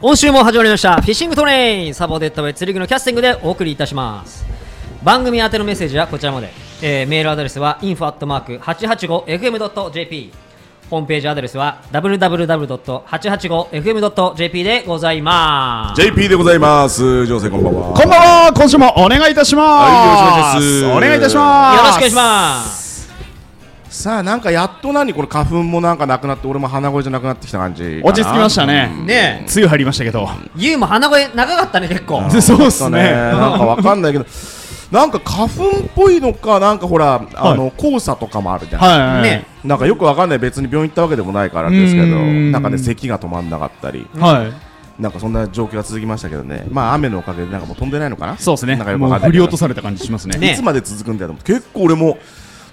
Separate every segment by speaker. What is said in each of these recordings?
Speaker 1: 今週も始まりましたフィッシングトレインサポーテッドバイ釣り具のキャスティングでお送りいたします番組宛てのメッセージはこちらまで、えーメールアドレスは info.885fm.jp ホームページアドレスは www.885fm.jp でございます
Speaker 2: JP でございます。ジョーセこんばんは。
Speaker 3: こんばんは今週もお願いいたしま
Speaker 2: は
Speaker 3: す、
Speaker 2: いよろしくお
Speaker 3: お
Speaker 2: 願い
Speaker 3: 願い
Speaker 2: い
Speaker 3: い
Speaker 2: た
Speaker 3: た
Speaker 2: し
Speaker 3: し
Speaker 2: ま
Speaker 3: ま
Speaker 1: よ
Speaker 3: す
Speaker 1: ろしくお
Speaker 3: す
Speaker 1: 願いします
Speaker 2: さあ、なんかやっと何この花粉もなんかなくなって、俺も鼻声じゃなくなってきた感じ。
Speaker 3: 落ち着きましたね
Speaker 1: ねえ
Speaker 3: 梅雨入りましたけど
Speaker 1: ゆうも鼻声長かったね結構
Speaker 3: そうっ
Speaker 2: そ
Speaker 3: す
Speaker 2: う
Speaker 3: ね
Speaker 2: ね。なんかわかんないけど、なんか花粉っぽいのか、なんかほら、あの、黄砂とかもあるじゃん。
Speaker 3: はい、
Speaker 1: ね
Speaker 2: なんかよくわかんない別に病院行ったわけでもないからですけど
Speaker 3: うーん
Speaker 2: なんかね咳が止まんなかったり
Speaker 3: はい
Speaker 2: なんかそんな状況が続きましたけどねまあ雨のおかげでなんかもう飛んでないのかな
Speaker 3: そうですね
Speaker 2: なんかよく
Speaker 3: も
Speaker 2: わ
Speaker 3: う
Speaker 2: かんないけ
Speaker 3: 振り
Speaker 2: ど
Speaker 3: 落とされた感じしますね
Speaker 1: ね
Speaker 2: いつまで続くんだよと思って結構俺も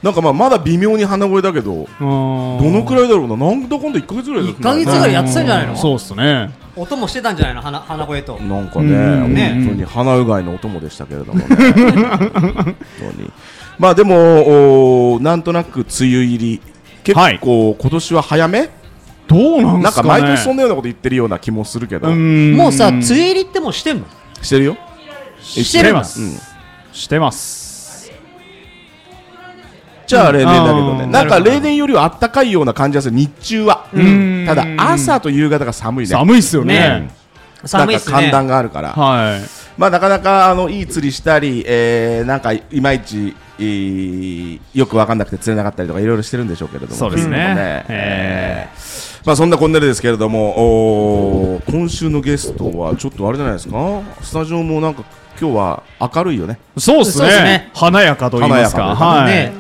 Speaker 2: なんかまあまだ微妙に鼻声だけどど
Speaker 3: ど
Speaker 2: の
Speaker 3: の
Speaker 2: くらいだろうな、なんだかんだ1ヶ月ぐらいだった
Speaker 1: 一ヶ月ぐらいやってたんじゃないの
Speaker 3: そうっすね
Speaker 1: 音もしてたんじゃないの鼻鼻声と
Speaker 2: なんかね、
Speaker 3: うん
Speaker 1: ね
Speaker 2: 本当に鼻うがいのお供でしたけれどもね、本当に。まあでも、おーなんとなく梅雨入り、結構、
Speaker 3: はい
Speaker 2: 今年は早め、
Speaker 3: どうなん
Speaker 2: なん
Speaker 3: す
Speaker 2: か
Speaker 3: かね
Speaker 2: 毎年そんなようなこと言ってるような気もするけど、
Speaker 3: ん
Speaker 1: もうさ梅雨入りってもうしてんの
Speaker 2: してるよ、
Speaker 1: して
Speaker 3: して
Speaker 1: るんだ
Speaker 3: ます、
Speaker 2: うん
Speaker 3: してます
Speaker 2: じゃあ例年だけど
Speaker 3: あ
Speaker 2: ね、
Speaker 3: ー
Speaker 2: なんか例年よりは暖かいような感じがする、日中は、
Speaker 3: ん
Speaker 2: ただ朝と夕方が寒いね、
Speaker 3: 寒いっすよね
Speaker 1: ね寒いっす
Speaker 2: なんか寒
Speaker 1: ね
Speaker 2: 暖があるから。
Speaker 3: はい
Speaker 2: まあ、なかなかあのいい釣りしたり、えーなんかいまいち、えーよく分かんなくて釣れなかったりとかいろいろしてるんでしょうけれども
Speaker 3: そうですね
Speaker 2: ん
Speaker 3: え
Speaker 2: えーまあ、そんなこんなでですけれどもおー今週のゲストはちょっとあれじゃないですかスタジオもなんか今日は明るいよね
Speaker 3: そうっす
Speaker 1: そうっすね
Speaker 3: ね華やかと言いますか
Speaker 2: 華
Speaker 3: はい、
Speaker 1: ね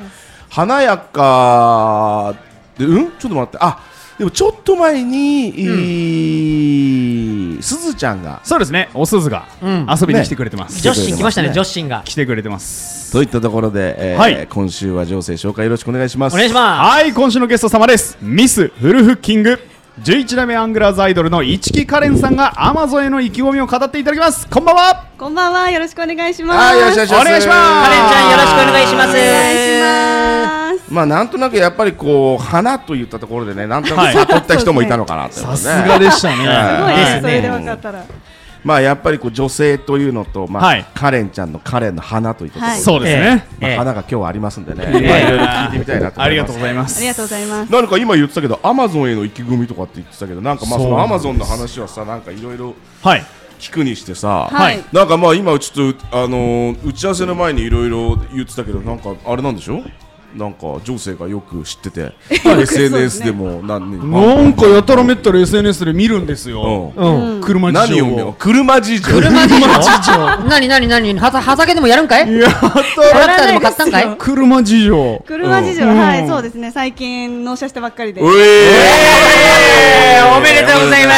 Speaker 2: 華やかでうんちょっと待ってあでもちょっと前に、えーすずちゃんが
Speaker 3: そうですねおすずが
Speaker 1: うん
Speaker 3: 遊びに来てくれてます、
Speaker 1: 女子来ましたね
Speaker 2: ね
Speaker 1: 女子が
Speaker 3: 来てくれてます
Speaker 2: といったところで、えー
Speaker 3: はい
Speaker 2: 今週は情勢紹介よろしくお願いします
Speaker 1: お願いしま
Speaker 3: はい今週のゲスト様ですミスフルフッキング11代目アングラーズアイドルの市木カレンさんがアマゾンへの意気込みを語っていただきますこんばんは
Speaker 4: こんばんは、よろしくお願いします。
Speaker 2: はい、よろしくお
Speaker 4: お
Speaker 2: 願いし
Speaker 1: すカレンち
Speaker 2: ます。
Speaker 3: お
Speaker 1: ゃんよろしくお願いします
Speaker 4: 願いします。
Speaker 2: まあ、なんとなくやっぱりこう、花といったところでね、なんとなく悟った人もいたのかなって、ね。
Speaker 3: さすがでした
Speaker 2: は
Speaker 3: ね
Speaker 4: すごい
Speaker 1: ですね
Speaker 4: ね、それで分かったら。
Speaker 2: まあ、やっぱりこう女性というのと、まあ、
Speaker 3: はい
Speaker 2: カレンちゃんのカレンの花といったところ。
Speaker 4: はい
Speaker 3: そうですね、
Speaker 2: まあ
Speaker 1: ええ
Speaker 2: 花が今日はありますんでね、
Speaker 3: え
Speaker 2: まあいろいろ聞いてみたいなと思います。
Speaker 3: ありがとうございま
Speaker 4: あ
Speaker 3: す
Speaker 4: りがとうございます。
Speaker 2: 何か今言ってたけど、アマゾンへの意気込みとかって言ってたけど、なんかまあ、そのア
Speaker 3: そうなん
Speaker 2: マ
Speaker 3: です
Speaker 2: ゾンの話はさ、なんかいろいろ
Speaker 3: はい
Speaker 2: 聞くにしてさ。
Speaker 3: は
Speaker 4: はいい。
Speaker 2: なんかまあ今ちょっとあのー打ち合わせの前にいろいろ言ってたけどなんかあれなんでしょなんか情勢がよく知ってて SNS でも何人
Speaker 3: なんかやたらめったら SNS で見るんですよ、
Speaker 2: うん
Speaker 1: うん
Speaker 3: 車事
Speaker 2: 何
Speaker 3: 情
Speaker 2: を見よう車事情
Speaker 1: 車事情何何何はた畑でもやるんかい
Speaker 3: や
Speaker 1: ト
Speaker 3: た
Speaker 1: ラクターでも買ったんかい
Speaker 4: やらな
Speaker 1: あ
Speaker 4: い
Speaker 3: 車事情
Speaker 4: 車事情、
Speaker 3: うん
Speaker 4: はい、そうですね、最近納車したばっかりで。あ
Speaker 2: う
Speaker 4: り
Speaker 2: えー
Speaker 1: おめでとうございま
Speaker 4: が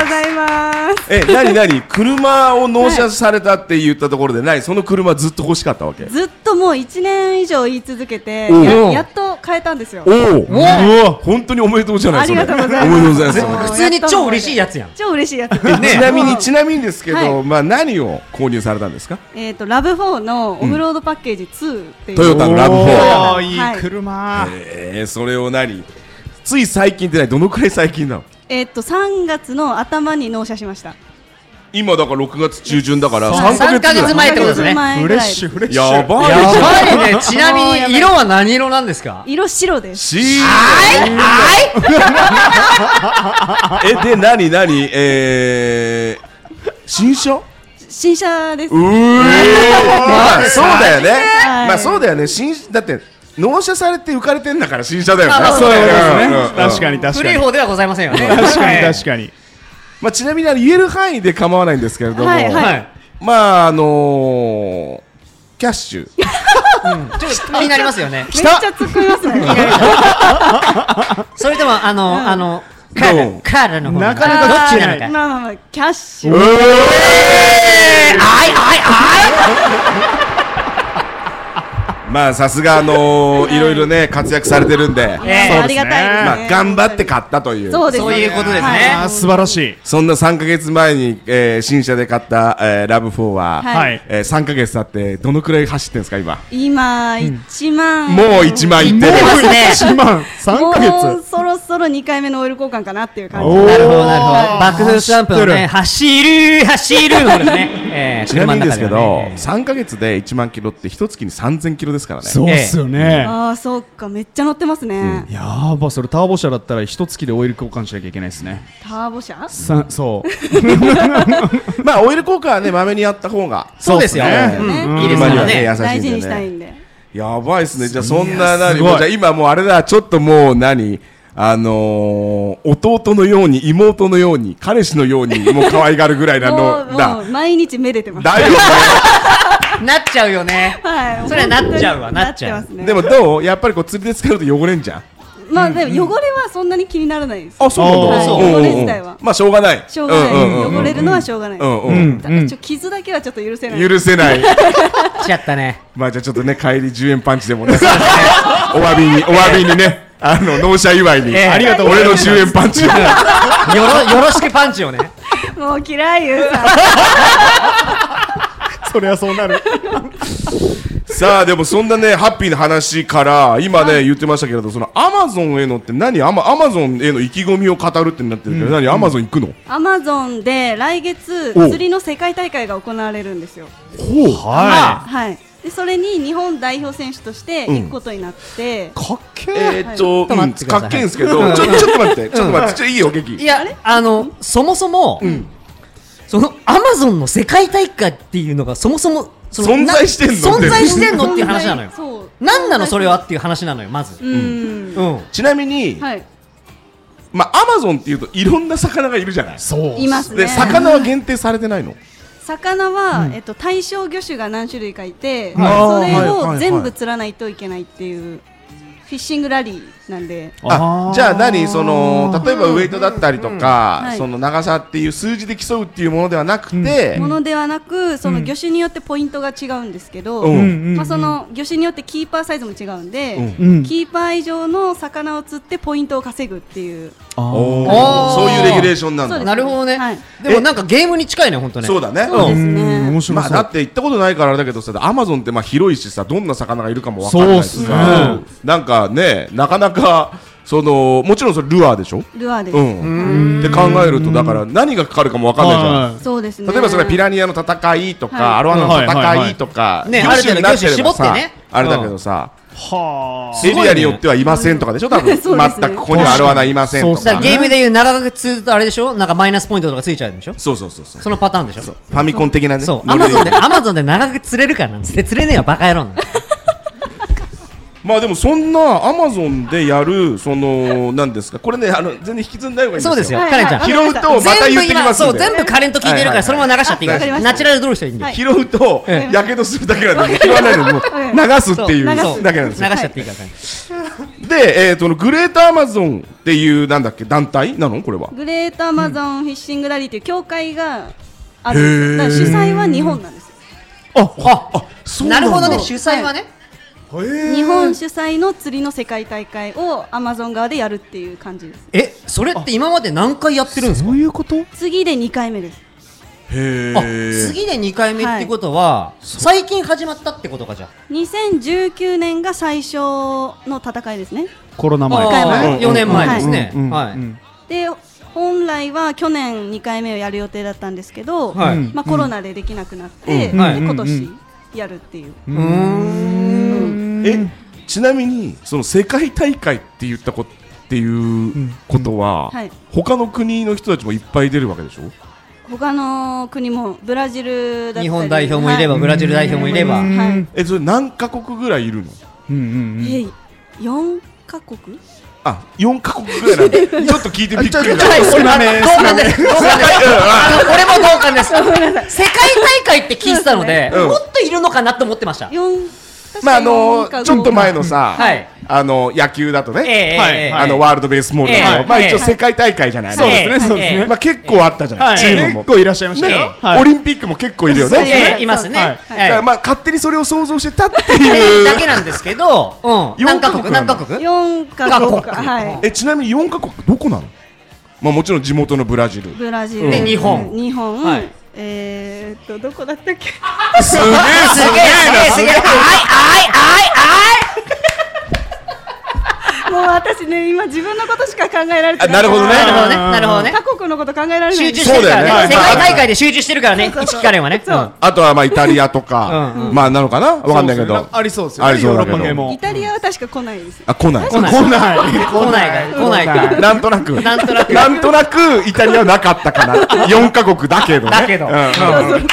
Speaker 4: とうございます。
Speaker 2: え何何車を納車されたって言ったところでないその車ずっと欲しかったわけ
Speaker 4: ずっともう1年以上言い続けて、
Speaker 2: おう
Speaker 4: ややっと変えたんですよ。
Speaker 2: お
Speaker 1: お
Speaker 2: お
Speaker 1: ー
Speaker 2: 本当におめでとうじゃない
Speaker 4: あ
Speaker 2: そ
Speaker 4: り
Speaker 2: れ
Speaker 4: がとうございます。
Speaker 2: おめでとうございます
Speaker 4: もう
Speaker 1: 普通に超嬉しいやつやん
Speaker 4: 超嬉しいやつ。
Speaker 2: でちなみにちなみにですけど
Speaker 4: は
Speaker 2: まあ何を購入されたんですか
Speaker 4: えっと、ラブ4のオフロードパッケージ2っていう。
Speaker 2: トヨタのラブフォー
Speaker 3: おー
Speaker 4: はいい
Speaker 3: い車、
Speaker 2: えー、それを何つい最近ってないどのくらい最近なの
Speaker 4: えっと、3月の頭に納車しました。
Speaker 2: 今だから6月中旬だから
Speaker 3: そう
Speaker 2: 3ヶ
Speaker 1: 三ヶ
Speaker 2: 月ぐら
Speaker 1: 月
Speaker 2: い
Speaker 1: 前ってことです
Speaker 4: 3
Speaker 1: ね
Speaker 4: ヶ月前
Speaker 3: フ
Speaker 4: ぐ
Speaker 3: レッ
Speaker 4: らい
Speaker 3: シュフレッシュ
Speaker 2: やばい
Speaker 1: や
Speaker 2: じゃん
Speaker 1: ばいねちなみに色は何色なんですか
Speaker 4: 色白です。
Speaker 2: しはいはいえで何何えー、新車
Speaker 4: 新車です。
Speaker 2: うえまあそうだよね
Speaker 4: はい
Speaker 2: まあそうだよね新だって納車されて浮かれてんだから新車だよね
Speaker 1: あ
Speaker 3: そうです
Speaker 2: ん
Speaker 3: ね
Speaker 2: んん
Speaker 3: 確かに確か
Speaker 1: 古い
Speaker 3: に
Speaker 1: 方ではございませんよね
Speaker 3: 確かに確かに
Speaker 2: まあちなみにあの言える範囲で構わないんですけれども、
Speaker 4: はいはい
Speaker 1: はい
Speaker 2: まああのー、キャッシュ
Speaker 1: ちょっと気になりますよね
Speaker 4: めっちゃ突っ込みますね。
Speaker 1: それともあのあのカ
Speaker 2: う
Speaker 1: ー
Speaker 2: ん
Speaker 1: ラカーラの方
Speaker 3: なかなか
Speaker 1: どっち
Speaker 3: 聞けな
Speaker 1: ないのか
Speaker 4: まあまあまあ、キャッシ
Speaker 2: う
Speaker 4: ュ。
Speaker 2: えー
Speaker 1: あいあいあい
Speaker 2: まあさすがあのーいろいろね活躍されてるんで、
Speaker 1: え
Speaker 4: ありがた
Speaker 2: ま
Speaker 4: いで
Speaker 2: あ
Speaker 4: すね。
Speaker 2: 頑張って買ったという。
Speaker 4: そうですね
Speaker 1: そういうことですね
Speaker 4: はい
Speaker 3: あー素晴らしい。
Speaker 2: そんな3ヶ月前に、えー新車で買った、えーラブ4は、
Speaker 4: はい
Speaker 3: はい。
Speaker 2: えー、3ヶ月経ってどのくらい走ってんですか今
Speaker 4: 今一万。
Speaker 2: もう1万いってる
Speaker 1: ますね
Speaker 3: 1万3ヶ
Speaker 4: もう
Speaker 3: 月。
Speaker 4: そろそろ二回目のオイル交換かなっていう感じ。
Speaker 3: おー
Speaker 1: なるほど、なるほど。爆風スタンプのね、走
Speaker 3: 走
Speaker 1: る、走るの方ですね。えー
Speaker 2: ちなみにですけど、
Speaker 1: 車の中ではね
Speaker 2: 3ヶ月で1万キロって一月に3000キロですからね
Speaker 3: そうっすよね。
Speaker 4: ああ、そうか、めっちゃ乗ってますね。
Speaker 3: やーばそれターボ車だったら一月でオイル交換しなきゃいけないですね。
Speaker 4: ターボ車。
Speaker 3: さそう。
Speaker 2: まあオイル交換はねまめにやった方が
Speaker 1: そうですよ。
Speaker 3: そうっすね
Speaker 1: うん
Speaker 4: うん
Speaker 1: いいですか
Speaker 2: 車に
Speaker 1: ら
Speaker 2: はね
Speaker 1: ね。
Speaker 2: 優
Speaker 4: 大
Speaker 2: しい
Speaker 4: 事
Speaker 2: ん
Speaker 4: に
Speaker 2: で
Speaker 4: したい
Speaker 2: ね
Speaker 4: んで。
Speaker 2: やばいっすねじゃあそん
Speaker 3: いや
Speaker 2: な何
Speaker 3: すごい
Speaker 2: もうじゃあ今もうあれだちょっともう何あのー、弟のように妹のように彼氏のようにもう可愛がるぐらいな
Speaker 4: もう、
Speaker 2: の
Speaker 4: も
Speaker 2: だ
Speaker 4: う毎日めでてます。
Speaker 2: だよね
Speaker 1: なっちゃうよね。
Speaker 4: はい。
Speaker 1: それはなっちゃうわ
Speaker 4: 本当に
Speaker 1: なっちゃう
Speaker 4: なますね。
Speaker 2: でもどうやっぱりこう釣りで使うと汚れんじゃん
Speaker 4: まあ、でも汚れはそんなに気にならないです。
Speaker 2: あそうなんだ
Speaker 1: あー
Speaker 2: うんうんうん
Speaker 4: 汚れ自体は
Speaker 2: まあしょうがない
Speaker 4: しょうが
Speaker 2: うんうんうんう
Speaker 4: なんい。汚れるのはしょうがない。
Speaker 2: うん
Speaker 3: う
Speaker 2: うんん、
Speaker 4: ただちょ傷だけはちょっと許せない。
Speaker 2: 許せない
Speaker 1: 来ちゃったね。
Speaker 2: まあじゃあちょっとね帰り10円パンチでもね お詫びにお詫びにねあの納車祝いに、
Speaker 1: ええありが
Speaker 3: とうございます
Speaker 2: 俺の10円パンチを
Speaker 1: よろ、よろしくパンチをね。
Speaker 4: もう嫌いよ。
Speaker 3: それはそうなる。
Speaker 2: さあでもそんなねハッピーな話から今ね言ってましたけれどそのアマゾンへのって何アマアマゾンへの意気込みを語るってなってるけど、何アマゾン行くの、
Speaker 4: アマゾンで来月
Speaker 2: お
Speaker 4: 釣りの世界大会が行われるんですよ。
Speaker 3: は
Speaker 4: はい。でそれに日本代表選手として行くことになって、
Speaker 3: い。かっけえ。
Speaker 2: えーっと、
Speaker 1: はい
Speaker 2: うん
Speaker 1: ちょっと待ってくだ
Speaker 2: か
Speaker 1: さい
Speaker 2: っけえんすけど、ちょちょっと待って、ちょっと待って、ちょいいよ、劇。
Speaker 1: いや、あの、そもそも、その、アマゾンの世界大会っていうのが、そもそも、その
Speaker 2: 存在してん
Speaker 1: な
Speaker 2: の
Speaker 1: 存在してんのっていう話なのよ。
Speaker 4: そう。
Speaker 1: なんなのそれはっていう話なのよ、まず。
Speaker 4: うん。
Speaker 1: うん。
Speaker 2: ちなみに、
Speaker 4: はい。
Speaker 2: まあ、アマゾンっていうと、いろんな魚がいるじゃない。
Speaker 3: そう。
Speaker 4: いますね。
Speaker 2: で、魚は限定されてないの。
Speaker 4: 魚は、えっと対象魚種が何種類かい
Speaker 2: はい
Speaker 4: て、それ
Speaker 2: はいはいは
Speaker 4: を
Speaker 2: い
Speaker 4: 全部釣らないといけないっていうフィッシングラリーなんで、
Speaker 2: あじゃあ何その例えば
Speaker 4: うん
Speaker 2: ウエイトだったりとか、
Speaker 4: うんはい
Speaker 2: その長さっていう数字で競うっていうものではなくて、
Speaker 4: ものではなくその魚種によってポイントが違うんですけど、
Speaker 2: うん
Speaker 4: まあ、その魚種によってキーパーサイズも違うんで、
Speaker 3: うん
Speaker 4: キーパー以上の魚を釣ってポイントを稼ぐっていう、
Speaker 2: おー
Speaker 1: あー
Speaker 2: そういうレギュレーションなんだ
Speaker 4: そうです
Speaker 1: なるほどね、
Speaker 4: はい
Speaker 1: でもなんかゲームに近いね、本当ね。
Speaker 2: そうだね
Speaker 1: そうです
Speaker 4: ね
Speaker 3: 面白
Speaker 2: まあ
Speaker 3: そ
Speaker 2: だ
Speaker 3: う
Speaker 2: っ。て行ったことないからあれだけどさアマゾンってまあ広いしさどんな魚がいるかもわからないしさ、
Speaker 3: そうっ
Speaker 2: なんかねなかなかそのもちろんそれルアーでしょ、
Speaker 4: ルアーです、
Speaker 2: うん、って考えるとだから何がかかるかもわかんないじゃん、
Speaker 3: はい
Speaker 4: そうですね
Speaker 2: 例えばそれはピラニアの戦いとか、
Speaker 4: はい
Speaker 2: アロアナの
Speaker 3: はいはいは
Speaker 2: 戦
Speaker 3: い
Speaker 2: いとか、
Speaker 1: ね
Speaker 2: 魚種にな
Speaker 1: ある程度
Speaker 2: れば
Speaker 1: 魚種
Speaker 2: さ
Speaker 1: 絞ってね
Speaker 2: あれだけどさ、
Speaker 3: はあ。
Speaker 1: す
Speaker 2: エ
Speaker 1: ごいね
Speaker 2: リアによってはいませんとかでし ょ、多分、
Speaker 4: そうですね
Speaker 2: 全くここには現れないいませんと
Speaker 3: そうそう
Speaker 1: だか
Speaker 2: か。
Speaker 1: らゲームでいう長く通とあれでしょなんかマイナスポイントとかついちゃうんでしょ
Speaker 2: そうそうそうそう。
Speaker 1: そのパターンでしょそう
Speaker 2: ファミコン的なね。
Speaker 1: ア
Speaker 2: ノ
Speaker 1: マ
Speaker 2: リで
Speaker 1: ゾンで、アマゾンで長く釣れるからなんつって釣れねえよ、バカ野郎なんて。
Speaker 2: まあでもそんなアマゾンでやる、その、なんですか、これね、あの、全然引きずんない方がいいんですよ。
Speaker 1: そうですよ、
Speaker 4: はい
Speaker 1: カレンちゃん。
Speaker 4: はい
Speaker 2: 拾うと、また言ってきます
Speaker 1: そ
Speaker 2: ん
Speaker 1: う、
Speaker 2: で。
Speaker 1: 全部カレンと聞いてるから、そのまま流しちゃっていいか
Speaker 4: わかり
Speaker 1: ら、
Speaker 4: ました
Speaker 1: ナチュラル通りしていいんで。
Speaker 4: はい
Speaker 2: 拾うと、
Speaker 1: ええ
Speaker 2: やけどするだけなんで、拾わないで、 もう流す
Speaker 4: え
Speaker 2: っていう
Speaker 4: そう
Speaker 1: そう
Speaker 2: だけなん
Speaker 1: 流
Speaker 2: で
Speaker 1: し
Speaker 2: す
Speaker 1: ち
Speaker 2: よ。
Speaker 1: ゃっていいから、カレン
Speaker 2: で、えーと、のグレートアマゾンっていう、なんだっけ、団体なのこれは。
Speaker 4: グレートアマゾンフィッシングラリーっていう協会があるんですよだから主催は日本なんですよ
Speaker 1: あ
Speaker 2: あ、そう
Speaker 1: なるほどね、
Speaker 2: んだ
Speaker 1: 主催はね。
Speaker 4: 日本主催の釣りの世界大会をアマゾン側でやるっていう感じです
Speaker 1: え、それって今まで何回やってるんですか
Speaker 3: そういうこと？
Speaker 4: 次で2回目です
Speaker 1: あ、次で2回目ってことは、最近始まったってことか、じゃ
Speaker 4: 2019年が最初の戦いですね
Speaker 3: コロナ
Speaker 1: あ。
Speaker 3: 前。
Speaker 1: あ
Speaker 4: 前
Speaker 1: ー4年前ですね
Speaker 3: うんうん。
Speaker 1: はい。
Speaker 4: で本来は去年2回目をやる予定だったんですけど、
Speaker 1: はい
Speaker 4: まあ、コロナでできなくなって、
Speaker 1: うんはい
Speaker 4: で今年やるっていう、
Speaker 1: うーん。
Speaker 2: えちなみにその世界大会って言ったこっていうことは、
Speaker 4: はい
Speaker 2: 他の国の人たちもいっぱい出るわけでしょ
Speaker 4: 他の国もブラジルだったり
Speaker 1: 日本代表もいれば、
Speaker 4: は
Speaker 1: ブラジル代表もいれば。
Speaker 4: いはい
Speaker 2: えそれ何カ国ぐらいいるの
Speaker 3: うんうんうん。
Speaker 4: えい4カ国
Speaker 2: あ四カ国ぐらいなんでちょっと聞いてびっくりだ
Speaker 1: 少なめ同感です同感です俺も同感です世界大会って聞いてたので
Speaker 2: うん
Speaker 1: もっといるのかなと思ってました
Speaker 4: 四確か
Speaker 2: まああ
Speaker 4: 四
Speaker 2: の
Speaker 4: か
Speaker 2: ちょっと前
Speaker 4: 五
Speaker 2: のさ、
Speaker 1: はい
Speaker 2: あの野球だと
Speaker 1: ええ
Speaker 2: ね、
Speaker 1: ええ
Speaker 3: はい
Speaker 1: ええ
Speaker 2: あのワールドベースボールだと、
Speaker 1: ええ
Speaker 2: まあ
Speaker 1: ええ
Speaker 2: 一応世界大会じゃない
Speaker 3: そうですねそうですね
Speaker 1: ええ
Speaker 2: まあ結構あったじゃない、
Speaker 3: はい
Speaker 2: チームも
Speaker 3: 結構いらっしゃいましたよ
Speaker 1: ね。
Speaker 3: はい
Speaker 2: オリンピックも結構いるよ
Speaker 3: そう
Speaker 2: ね。
Speaker 3: です
Speaker 1: ええ
Speaker 3: ね
Speaker 1: いますね、
Speaker 3: はい
Speaker 2: だからまあ勝手にそれを想像してたってい
Speaker 1: え
Speaker 2: う。
Speaker 1: だけなんですけど、うん、何カ国何カ国
Speaker 4: 四カ国かはい
Speaker 2: えちなみに4カ国どこなのまあもちろん地元のブラジル
Speaker 4: ブラジル
Speaker 1: で日本
Speaker 4: 日本、
Speaker 1: はい
Speaker 4: えー、っとどこだったっけ
Speaker 2: すげ
Speaker 1: す
Speaker 2: え
Speaker 1: げえすげえすげえ
Speaker 4: もう私ね今自分のことしか考えられて
Speaker 2: あなるほどね
Speaker 1: なるほ
Speaker 3: あ
Speaker 1: どねなるほどね
Speaker 4: 他国のこと考えられない
Speaker 1: 集中してるからね
Speaker 2: そうだよね
Speaker 1: 世界大会で集中してるからね
Speaker 4: そうそう
Speaker 1: 一木カレンはね
Speaker 4: そう
Speaker 2: あとはまあイタリアとか
Speaker 1: うん
Speaker 2: まあなのかなわかんないけ
Speaker 3: そうです
Speaker 2: ど
Speaker 3: ねありそうですよね
Speaker 2: ありそうだけど
Speaker 3: ヨーロッパ系も
Speaker 4: イタリアは確か来ないです
Speaker 2: あ来ない
Speaker 1: 来ない
Speaker 3: 来ない
Speaker 1: 来ないか来ないか
Speaker 2: なんとなく
Speaker 1: なんとなく
Speaker 2: なんとなくイタリアはなかったかな4カ国だけどね
Speaker 1: だけど
Speaker 2: うんうん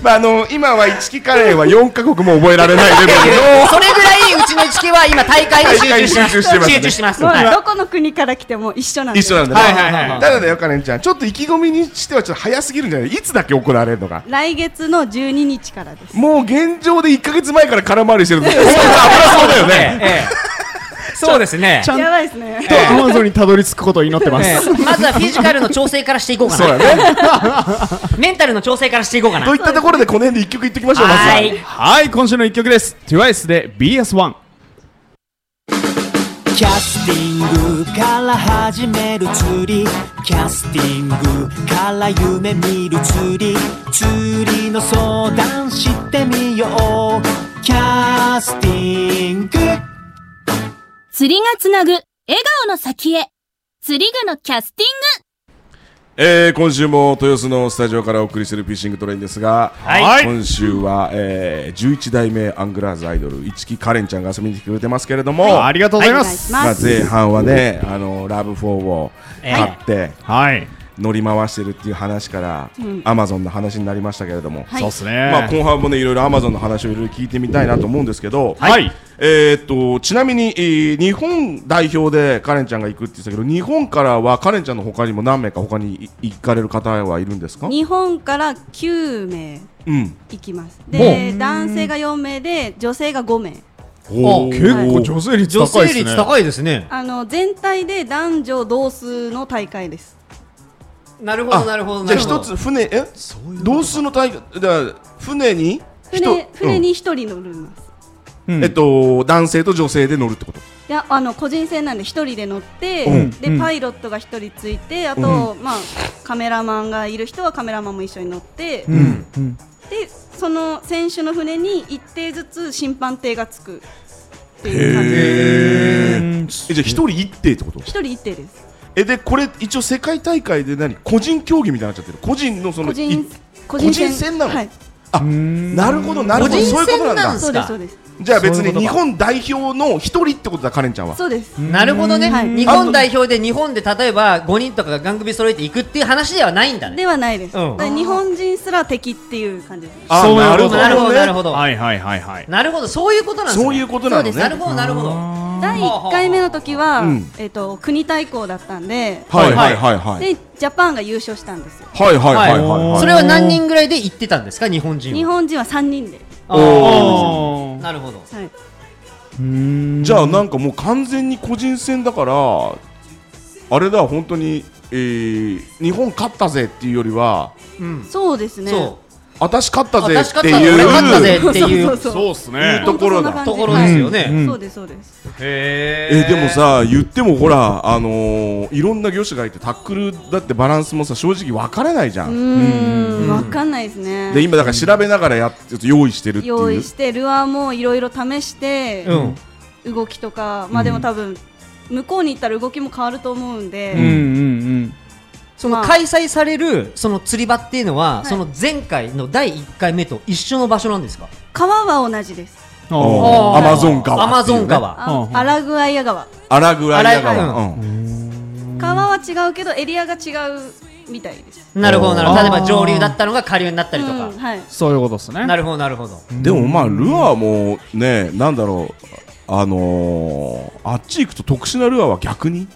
Speaker 2: まああの今は一木カレーは4カ国も覚えられないレベルの
Speaker 1: それぐらいうちの一木は今大会で集中してます
Speaker 2: 大会に
Speaker 1: 集
Speaker 2: 集
Speaker 1: 中
Speaker 2: 中
Speaker 1: し
Speaker 2: してて
Speaker 1: ます
Speaker 4: もう
Speaker 1: はい
Speaker 4: どこの国から来ても一緒なんで
Speaker 2: 一緒なんだね
Speaker 3: はいはいはい
Speaker 1: はい
Speaker 2: ただねよかれんちゃんちょっと意気込みにしてはちょっと早すぎるんじゃないいつだっけ行われるのが
Speaker 4: 来月の12日からです
Speaker 2: もう現状で1ヶ月前から空回りしてるの 本当に危なそうだよ
Speaker 1: え
Speaker 2: ね
Speaker 1: えええそうですね
Speaker 3: ちゃん
Speaker 4: やばいですね
Speaker 3: とアマゾンにたどり着くことを祈ってま
Speaker 1: え
Speaker 3: す。
Speaker 1: えまずはフィジカルの調整からしていこうか
Speaker 2: そう
Speaker 1: な
Speaker 2: だね
Speaker 1: メンタルの調整からしていこうかな
Speaker 2: といったところでこの辺で一曲いっときましょうまず
Speaker 1: は
Speaker 2: はい
Speaker 3: はい、今週の一曲です。TWICE で BS1。
Speaker 5: キャスティングから始める釣りキャスティングから夢見る釣り釣りの相談してみようキャスティング
Speaker 6: 釣りがつなぐ笑顔の先へ釣り具のキャスティング
Speaker 2: えー今週も豊洲のスタジオからお送りするフィッシングトレインですが、
Speaker 3: はい
Speaker 2: 今週は、えー11代目アングラーズアイドル一木カレンちゃんが遊びに来てくれてますけれども、
Speaker 3: ありがとうございます。
Speaker 4: は
Speaker 2: まあ、前半はねあのラブフォーを買って
Speaker 3: はい。
Speaker 2: 乗り回してるっていう話から、アマゾンの話になりましたけれども、
Speaker 4: い
Speaker 3: そうです
Speaker 2: まあ、
Speaker 3: ね。
Speaker 2: 後半もねいろいろアマゾンの話をいろいろ聞いてみたいなと思うんですけど、
Speaker 3: はい。
Speaker 2: えーっとちなみに、えー日本代表でカレンちゃんが行くって言ってたけど日本からはカレンちゃんの他にも何名か他にい行かれる方はいるんですか、
Speaker 4: 日本から9名
Speaker 2: うん、
Speaker 4: 行きますで男性が4名で女性が5名
Speaker 1: お
Speaker 2: ー
Speaker 3: 結構女性率
Speaker 1: 女
Speaker 3: 高
Speaker 1: 性
Speaker 3: いですね。
Speaker 1: 率高いですね
Speaker 4: あの全体で男女同数の大会です
Speaker 1: なるほどなるほど
Speaker 2: じ
Speaker 1: な
Speaker 2: ゃあ
Speaker 1: るほど
Speaker 2: 一つ船え同数の大会だから船に
Speaker 4: 船
Speaker 2: 人
Speaker 4: 船に1人乗ります
Speaker 2: うんえっと男性と女性で乗るってこと
Speaker 4: いやあの個人戦なんで一人で乗って、
Speaker 2: うん
Speaker 4: で、パイロットが一人ついてあと、まあ、カメラマンがいる人はカメラマンも一緒に乗って、でその選手の船に一定ずつ審判艇がつくっていう感じ
Speaker 2: えじゃあ一人一艇ってこと
Speaker 4: 一人一艇です
Speaker 2: えでこれ一応世界大会で何個人競技みたいになっちゃってる個人のその
Speaker 4: 個
Speaker 2: い
Speaker 4: 人個
Speaker 2: 個人戦なの
Speaker 4: はい、
Speaker 2: なるほどなるほど
Speaker 1: 個人戦
Speaker 2: そういうことなんだ
Speaker 1: なんす
Speaker 4: そうですそうです
Speaker 2: じゃあ別
Speaker 3: そういう
Speaker 2: に
Speaker 3: ことか
Speaker 2: 日本代表の一人ってことだカレンちゃんは
Speaker 4: そうです
Speaker 1: なるほどね、
Speaker 4: はい
Speaker 1: 日本代表で日本で例えば5人とかが番組揃えていくっていう話ではないんだね
Speaker 4: ではないです、
Speaker 1: うん
Speaker 4: だから日本人すら敵っていう感じです
Speaker 2: あ
Speaker 3: そういうこと
Speaker 1: なるほどなるほど、
Speaker 3: はいはいはいはい。
Speaker 1: なるほどそういうことなんですね
Speaker 2: そういうことなのね
Speaker 1: そうですなるほどなるほど
Speaker 4: 第1回目の時は、
Speaker 2: うん
Speaker 4: えっと国対抗だったんで、
Speaker 2: はいはいはいはい
Speaker 4: でジャパンが優勝したんですよ
Speaker 2: はいはいはいはい
Speaker 3: はい
Speaker 1: それは何人ぐらいで行ってたんですか日本人は
Speaker 4: 日本人は3人で、
Speaker 1: あー
Speaker 3: おー
Speaker 1: なるほど
Speaker 4: はい、
Speaker 2: じゃあなんかもう完全に個人戦だからあれだ本当に、えー日本勝ったぜっていうよりは
Speaker 1: うん
Speaker 4: そうですね
Speaker 1: そ
Speaker 2: 私勝っ
Speaker 1: う
Speaker 2: たぜ
Speaker 1: 私
Speaker 2: っ
Speaker 1: 勝
Speaker 2: て
Speaker 1: った
Speaker 2: い
Speaker 1: 俺
Speaker 2: う
Speaker 1: 勝ったぜっていう
Speaker 4: そうそう
Speaker 3: そう
Speaker 4: そう
Speaker 3: っすね
Speaker 2: い。ところだ
Speaker 4: 本当
Speaker 1: と
Speaker 4: そん
Speaker 1: こ
Speaker 4: な
Speaker 1: ろ
Speaker 4: 感
Speaker 1: で
Speaker 4: じ
Speaker 1: すよね、
Speaker 3: うん
Speaker 4: そうですそうです
Speaker 1: へー
Speaker 2: えーでもさ言ってもほらあのーいろんな魚種がいてタックルだってバランスもさ正直分からないじゃ、
Speaker 4: うんーんわかんないですね
Speaker 2: で今だから調べながらやっちょっと用意してるっていう
Speaker 4: 用意してルアーもいろいろ試して、
Speaker 1: うん
Speaker 4: 動きとかまあでも多分向こうに行ったら動きも変わると思うんで、
Speaker 3: うんうん
Speaker 1: その
Speaker 4: まあ
Speaker 1: 開催されるその釣り場っていうのは、
Speaker 4: はい
Speaker 1: その前回の第1回目と一緒の場所なんですか
Speaker 4: 川は同じです
Speaker 3: うん。
Speaker 2: おー
Speaker 3: お
Speaker 2: アマゾン川
Speaker 1: アマゾン川
Speaker 4: あ
Speaker 3: うんうん
Speaker 4: アラグアイア川
Speaker 2: アラグアイア
Speaker 1: アラグ
Speaker 2: 川、うん
Speaker 4: 川は違うけどエリアが違うみたいです
Speaker 1: なるほどなるほど
Speaker 3: あ
Speaker 1: 例え
Speaker 3: ー
Speaker 1: ば上流だったのが下流になったりとか、
Speaker 4: うんはい、
Speaker 3: そういうことですね。
Speaker 1: なるほどなるほど
Speaker 2: でもまあルアーもねなんだろうあのーあっち行くと特殊なルアーは逆に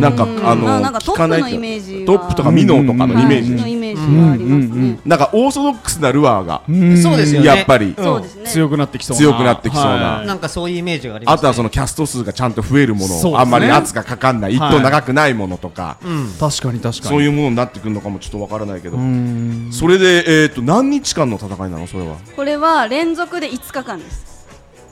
Speaker 2: なんかあの
Speaker 4: まあなんか
Speaker 2: 聞かない
Speaker 4: トップのイメージは
Speaker 2: トップとかミノーとかのイメージ
Speaker 4: はいのイメメージがありますね。
Speaker 2: なんかオーソドックスなルアーが
Speaker 1: そうですよね
Speaker 2: やっぱり
Speaker 1: うん
Speaker 4: そうですね。
Speaker 3: 強くなってきそうな
Speaker 2: 強くなってきそうな
Speaker 3: はい
Speaker 1: なんかそういうイメージがあります、ね、
Speaker 2: あとはそのキャスト数がちゃんと増えるもの、
Speaker 3: そうですね
Speaker 2: あんまり圧がかかんない、一
Speaker 3: はい
Speaker 2: 等長くないものとか、
Speaker 3: 確かに確かに
Speaker 2: そういううものになってくるのかもちょっとわからないけど、
Speaker 3: ん
Speaker 2: それで、えー、と何日間の戦いなの、それは。
Speaker 4: これは連続で5日間です。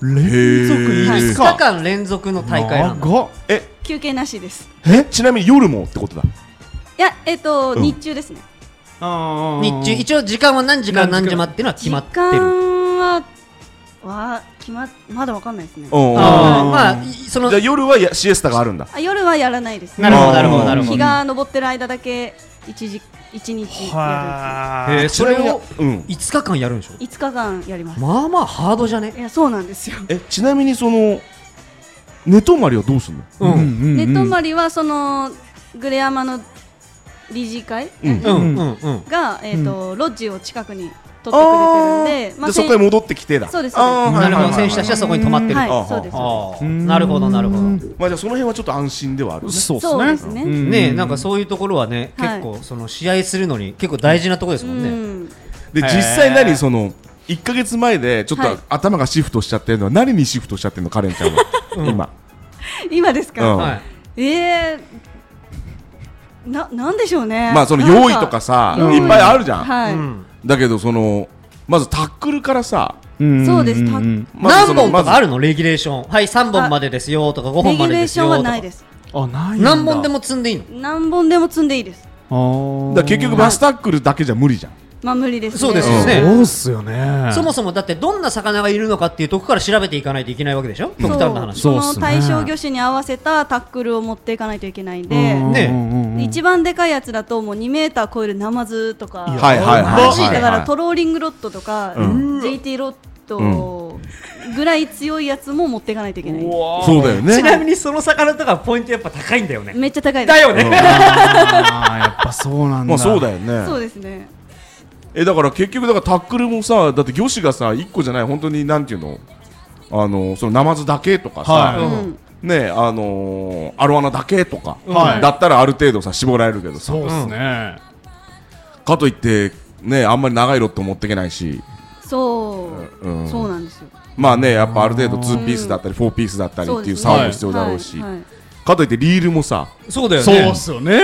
Speaker 3: 連
Speaker 2: へ
Speaker 3: 続
Speaker 2: ー
Speaker 3: いいっ
Speaker 1: 2
Speaker 3: す
Speaker 1: 日
Speaker 3: か
Speaker 1: 間連続の大会なんだ
Speaker 3: 長っ
Speaker 2: え
Speaker 4: 休憩なしです。
Speaker 2: えちなみに夜もってことだ
Speaker 4: いや、えっと、
Speaker 2: うん
Speaker 4: 日中ですね。
Speaker 3: あー
Speaker 1: 日中一応時間は何時から何時までっていうのは決まってる
Speaker 4: 時間は、は決ままだわかんないですね。
Speaker 2: うん
Speaker 1: あ
Speaker 3: ー
Speaker 1: ーまあいその
Speaker 2: じゃあ夜はやシエスタがあるんだ
Speaker 4: あ夜はやらないです、
Speaker 1: なるほどなるほ
Speaker 2: あ
Speaker 1: ど
Speaker 2: ー
Speaker 1: なるほ
Speaker 4: 日
Speaker 1: ど
Speaker 4: が昇ってる間だけ一時一日や
Speaker 3: は
Speaker 1: え
Speaker 3: ー
Speaker 1: ーそれ
Speaker 2: ちなみ
Speaker 1: を
Speaker 2: にうん
Speaker 1: 5日間やるんでしょ
Speaker 4: るんです。5日間やります。
Speaker 1: まあまあハードじゃね
Speaker 4: いやそうなんですよ。
Speaker 2: えちなみにその寝泊まりはどうすんの
Speaker 1: うん、うん
Speaker 3: うん
Speaker 4: 寝泊ま
Speaker 3: り
Speaker 4: りはそのグレアマの理事会、
Speaker 2: う
Speaker 1: う
Speaker 2: んあ
Speaker 1: んうん
Speaker 4: が、えーとロッジを近くに取ってくれてるんで、
Speaker 2: じゃあそこへ
Speaker 4: せん
Speaker 2: 戻ってきてだ
Speaker 4: そうです
Speaker 2: あー
Speaker 1: なるほど
Speaker 2: はいはいはいは
Speaker 1: 選
Speaker 2: い
Speaker 1: 手たちはそこに泊まってる
Speaker 4: はい
Speaker 2: ああ
Speaker 4: そうですそ
Speaker 1: ああなるほどなるほど
Speaker 2: まあじゃあその辺はちょっと安心ではあるね
Speaker 3: そう
Speaker 4: そう
Speaker 3: で
Speaker 4: ですす
Speaker 3: ね
Speaker 4: ね
Speaker 3: うん
Speaker 1: ねえなんかそういうところはね
Speaker 4: は
Speaker 1: 結
Speaker 4: い
Speaker 1: 構その試合するのに結構大事なところですも
Speaker 4: うん
Speaker 1: ね
Speaker 4: ん
Speaker 2: で
Speaker 3: へー
Speaker 2: 実際何その1か月前でちょっ
Speaker 4: はい
Speaker 2: と頭がシフトしちゃってるのは何にシフトしちゃってるのカレンちゃんは今
Speaker 4: 今ですか、
Speaker 2: うん
Speaker 1: はい
Speaker 4: えー、ななんでしょうね
Speaker 2: まあその用意とかさ
Speaker 4: なん
Speaker 2: いっぱいあるじゃん
Speaker 4: はい、
Speaker 1: うん
Speaker 2: だけどそのまずタックルからさ
Speaker 3: うん
Speaker 4: そうですた
Speaker 2: まずそ
Speaker 1: 何
Speaker 2: の
Speaker 1: 本とか
Speaker 2: ま
Speaker 1: あ
Speaker 2: ず
Speaker 1: るのレギュレーションはい3本までですよとか5
Speaker 4: レ
Speaker 1: 本
Speaker 4: ギ
Speaker 1: ま
Speaker 4: ュ
Speaker 1: で
Speaker 4: レー
Speaker 1: です
Speaker 4: ショ
Speaker 1: よ
Speaker 4: ン
Speaker 1: と
Speaker 4: は
Speaker 1: か
Speaker 4: ないです
Speaker 3: あないんだ
Speaker 1: 何本でも積んでいいの
Speaker 4: 何本でも積んでいいです
Speaker 3: あー
Speaker 2: だから結局バスタックルだけじゃ無理じゃん
Speaker 4: まあ無理ですね
Speaker 1: そうです
Speaker 2: よ
Speaker 1: ね
Speaker 3: そうっすよね
Speaker 1: そもそもだってどんな魚がいるのかっていうとこから調べていかないといけないわけでしょ極端な話
Speaker 3: そう
Speaker 4: そ
Speaker 3: っすね
Speaker 4: の対象魚種に合わせたタックルを持っていかないといけないんで、
Speaker 1: ね
Speaker 3: ね
Speaker 4: 一番でかいやつだともう2メーター超えるナマズとか、
Speaker 2: はいはいはい
Speaker 1: マジで
Speaker 4: だから
Speaker 2: は
Speaker 4: トローリングロッドとか、
Speaker 2: うん
Speaker 4: JT ロッドぐらい強いやつも持っていかないといけない、
Speaker 2: いそうだよね
Speaker 1: ちなみにその魚とかポイントやっぱ高いんだよね
Speaker 4: めっちゃ高いで
Speaker 1: だ
Speaker 4: す
Speaker 1: よね
Speaker 3: あーやっぱそうなんだ
Speaker 2: まあそうだよね
Speaker 4: そうですね
Speaker 2: えだから結局だからタックルもさだって魚種がさ1個じゃない本当になんていうのあのそのナマズだけとかさ、
Speaker 3: は
Speaker 4: うん
Speaker 2: ねあのーアロアナだけとか、
Speaker 3: はい
Speaker 2: だったらある程度さ絞られるけどさ
Speaker 3: そうっすね
Speaker 2: かといってねあんまり長いロット持ってけないし
Speaker 4: そう、
Speaker 2: うん
Speaker 4: そうなんですよ
Speaker 2: まあねやっぱある程度2ピースだったり4ピースだったり
Speaker 4: そ
Speaker 2: っていう
Speaker 4: です
Speaker 2: 差も必要だろうし、
Speaker 4: はいはい
Speaker 2: かといってリールもさ
Speaker 1: そうだよ
Speaker 3: そう
Speaker 1: ね
Speaker 3: っすよね